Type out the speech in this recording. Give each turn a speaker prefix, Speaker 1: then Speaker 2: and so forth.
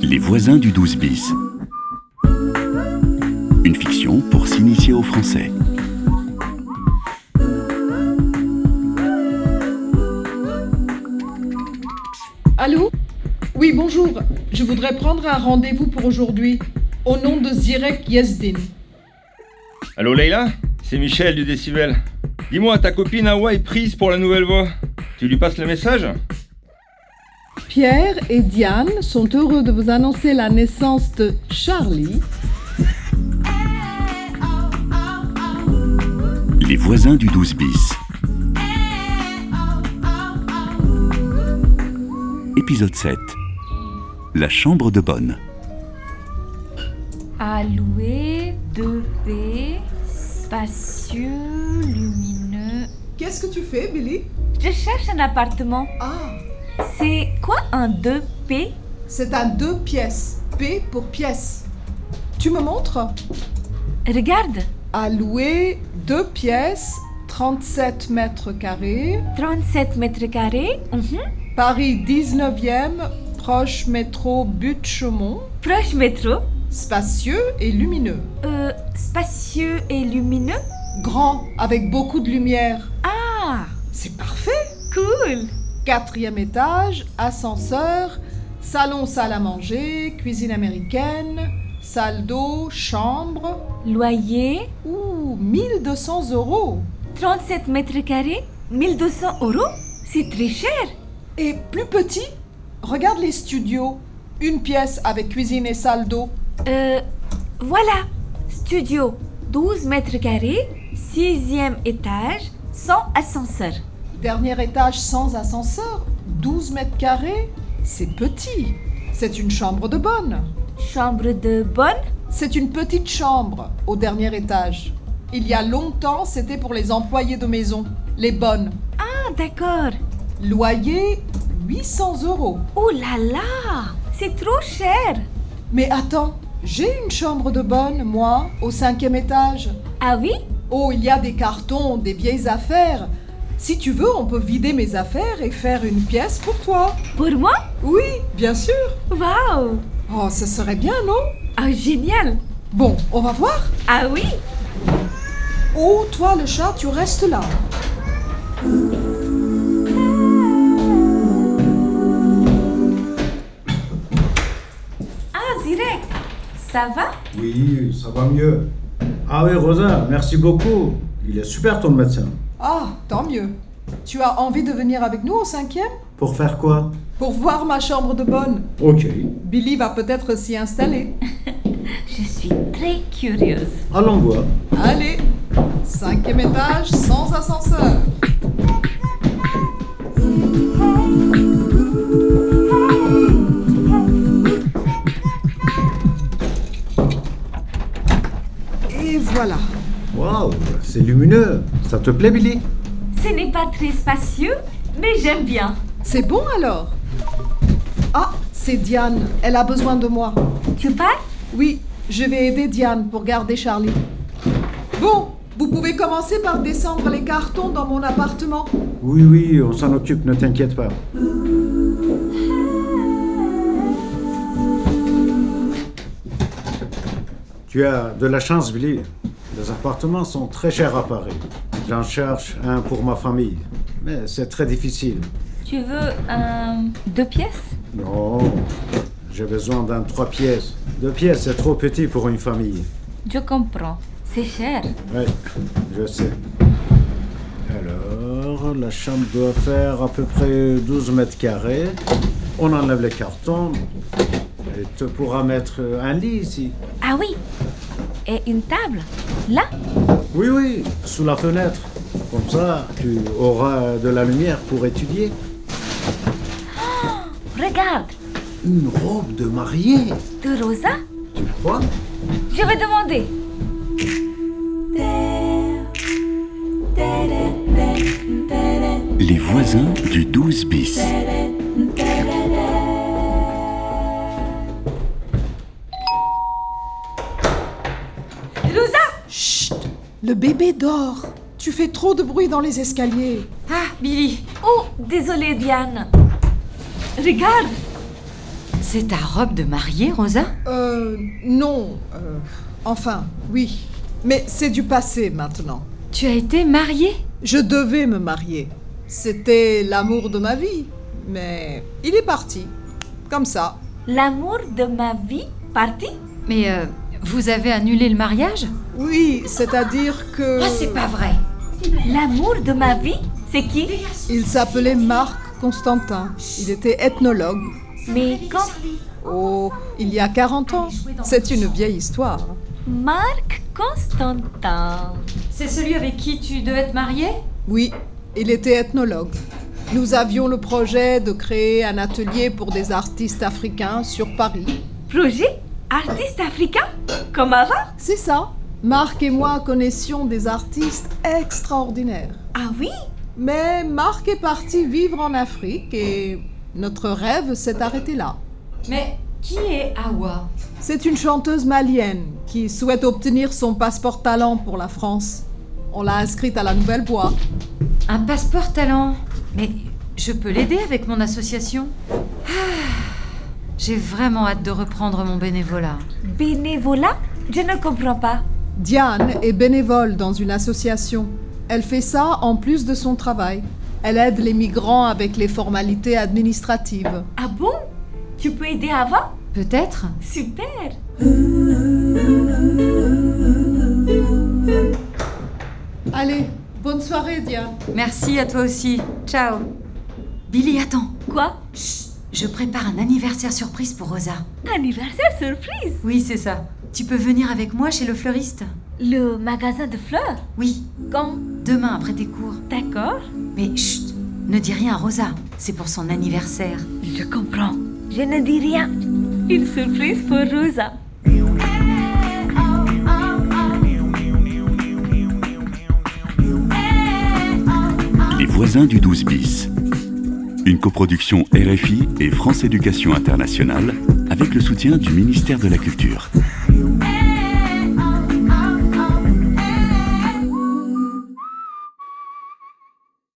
Speaker 1: Les voisins du 12 bis. Une fiction pour s'initier au français.
Speaker 2: Allô Oui, bonjour. Je voudrais prendre un rendez-vous pour aujourd'hui. Au nom de Zirek Yezdin.
Speaker 3: Allô Leïla C'est Michel du Décibel. Dis-moi, ta copine Hawa est prise pour la nouvelle voix. Tu lui passes le message
Speaker 2: Pierre et Diane sont heureux de vous annoncer la naissance de Charlie.
Speaker 1: Les voisins du 12 bis. Épisode 7. La chambre de bonne.
Speaker 4: Alloué, 2B, spacieux, lumineux.
Speaker 2: Qu'est-ce que tu fais, Billy
Speaker 4: Je cherche un appartement.
Speaker 2: Ah,
Speaker 4: C'est quoi un 2P
Speaker 2: c'est un deux pièces. P pour pièce. Tu me montres
Speaker 4: Regarde,
Speaker 2: À louer deux pièces, 37 mètres carrés,
Speaker 4: 37 mètres carrés, mhm.
Speaker 2: Paris 19e, proche métro Butte-Chaumont,
Speaker 4: proche métro,
Speaker 2: spacieux et lumineux.
Speaker 4: euh, spacieux et lumineux.
Speaker 2: Grand, avec beaucoup de lumière.
Speaker 4: Ah,
Speaker 2: C'est parfait
Speaker 4: cool.
Speaker 2: Quatrième étage, ascenseur, salon, salle à manger, cuisine américaine, salle d'eau, chambre.
Speaker 4: Loyer,
Speaker 2: Ouh, 1200 euros
Speaker 4: 37 mètres carrés, 1200 euros. C'est très cher.
Speaker 2: Et plus petit Regarde les studios. Une pièce avec cuisine et salle d'eau.
Speaker 4: Euh, voilà, studio, 12 mètres carrés, sixième étage, sans ascenseur.
Speaker 2: Dernier étage sans ascenseur, 12 mètres carrés. C'est petit. C'est une chambre de bonne.
Speaker 4: Chambre de bonne
Speaker 2: C'est une petite chambre au dernier étage. Il y a longtemps, c'était pour les employés de maison, les bonnes.
Speaker 4: Ah, d'accord.
Speaker 2: Loyer 800 euros.
Speaker 4: Oh là là C'est trop cher
Speaker 2: Mais attends, j'ai une chambre de bonne, moi, au cinquième étage.
Speaker 4: Ah oui
Speaker 2: Oh, il y a des cartons, des vieilles affaires. Si tu veux, on peut vider mes affaires et faire une pièce pour toi.
Speaker 4: Pour moi
Speaker 2: Oui, bien sûr.
Speaker 4: Waouh
Speaker 2: Oh, ce serait bien, non
Speaker 4: Ah, génial
Speaker 2: Bon, on va voir.
Speaker 4: Ah oui
Speaker 2: Oh, toi, le chat, tu restes là.
Speaker 4: Ah, Zirek Ça va
Speaker 5: Oui, ça va mieux. Ah oui, Rosa, merci beaucoup. Il est super ton médecin.
Speaker 2: Ah, tant mieux. Tu as envie de venir avec nous au cinquième
Speaker 5: Pour faire quoi
Speaker 2: Pour voir ma chambre de bonne.
Speaker 5: Ok.
Speaker 2: Billy va peut-être s'y installer.
Speaker 4: Je suis très curieuse.
Speaker 5: Allons voir.
Speaker 2: Allez, cinquième étage sans ascenseur. Et voilà.
Speaker 5: Waouh, c'est lumineux. Ça te plaît, Billy
Speaker 4: Ce n'est pas très spacieux, mais j'aime bien.
Speaker 2: C'est bon alors Ah, c'est Diane. Elle a besoin de moi.
Speaker 4: Tu parles
Speaker 2: Oui, je vais aider Diane pour garder Charlie. Bon, vous pouvez commencer par descendre les cartons dans mon appartement.
Speaker 5: Oui, oui, on s'en occupe, ne t'inquiète pas. Tu as de la chance, Billy. Les appartements sont très chers à Paris. J'en cherche un pour ma famille. Mais c'est très difficile.
Speaker 4: Tu veux euh, deux pièces
Speaker 5: Non, j'ai besoin d'un trois pièces. Deux pièces, c'est trop petit pour une famille.
Speaker 4: Je comprends. C'est cher.
Speaker 5: Oui, je sais. Alors, la chambre doit faire à peu près 12 mètres carrés. On enlève les cartons. Et tu pourras mettre un lit ici.
Speaker 4: Ah oui Et une table Là
Speaker 5: Oui, oui, sous la fenêtre. Comme ça, tu auras de la lumière pour étudier.
Speaker 4: Regarde
Speaker 5: Une robe de mariée,
Speaker 4: De Rosa
Speaker 5: tu crois
Speaker 4: Je vais demander.
Speaker 1: Les voisins du 12 bis.
Speaker 4: Rosa
Speaker 2: Chut Le bébé dort. Tu fais trop de bruit dans les escaliers.
Speaker 4: Ah, Billy. Oh, désolée, Diane. Regarde. C'est ta robe de mariée, Rosa
Speaker 2: Euh, non. euh, enfin, oui. Mais c'est du passé maintenant.
Speaker 4: Tu as été mariée
Speaker 2: Je devais me marier. C'était l'amour de ma vie. Mais il est parti. Comme ça.
Speaker 4: L'amour de ma vie parti Mais euh, vous avez annulé le mariage
Speaker 2: Oui, c'est-à-dire que.
Speaker 4: Ah, c'est pas vrai L'amour de ma vie C'est qui
Speaker 2: Il s'appelait Marc Constantin. Il était ethnologue.
Speaker 4: Mais quand
Speaker 2: Oh, il y a 40 ans. C'est une vieille histoire.
Speaker 4: Marc Constantin. C'est celui avec qui tu devais être mariée
Speaker 2: Oui, il était ethnologue. Nous avions le projet de créer un atelier pour des artistes africains sur Paris.
Speaker 4: Projet Artiste africain Comme avant
Speaker 2: C'est ça. Marc et moi connaissions des artistes extraordinaires.
Speaker 4: Ah oui
Speaker 2: Mais Marc est parti vivre en Afrique et notre rêve s'est arrêté là.
Speaker 4: Mais qui est Awa
Speaker 2: C'est une chanteuse malienne qui souhaite obtenir son passeport talent pour la France. On l'a inscrite à la Nouvelle Voie.
Speaker 6: Un passeport talent Mais je peux l'aider avec mon association Ah, J'ai vraiment hâte de reprendre mon bénévolat.
Speaker 4: Bénévolat Je ne comprends pas.
Speaker 2: Diane est bénévole dans une association. Elle fait ça en plus de son travail. Elle aide les migrants avec les formalités administratives.
Speaker 4: Ah bon Tu peux aider avant
Speaker 6: Peut-être
Speaker 4: Super
Speaker 2: Allez, bonne soirée Diane.
Speaker 6: Merci à toi aussi. Ciao. Billy, attends.
Speaker 4: Quoi
Speaker 6: Je prépare un anniversaire surprise pour Rosa.
Speaker 4: Anniversaire surprise
Speaker 6: Oui, c'est ça. Tu peux venir avec moi chez le fleuriste
Speaker 4: Le magasin de fleurs
Speaker 6: Oui,
Speaker 4: Quand
Speaker 6: demain après tes cours.
Speaker 4: D'accord
Speaker 6: Mais chut, ne dis rien à Rosa. C'est pour son anniversaire.
Speaker 4: Je comprends. Je ne dis rien. Une surprise pour Rosa.
Speaker 1: Les voisins du 12 bis. Une coproduction RFI et France Éducation Internationale avec le soutien du ministère de la Culture.
Speaker 7: Hey,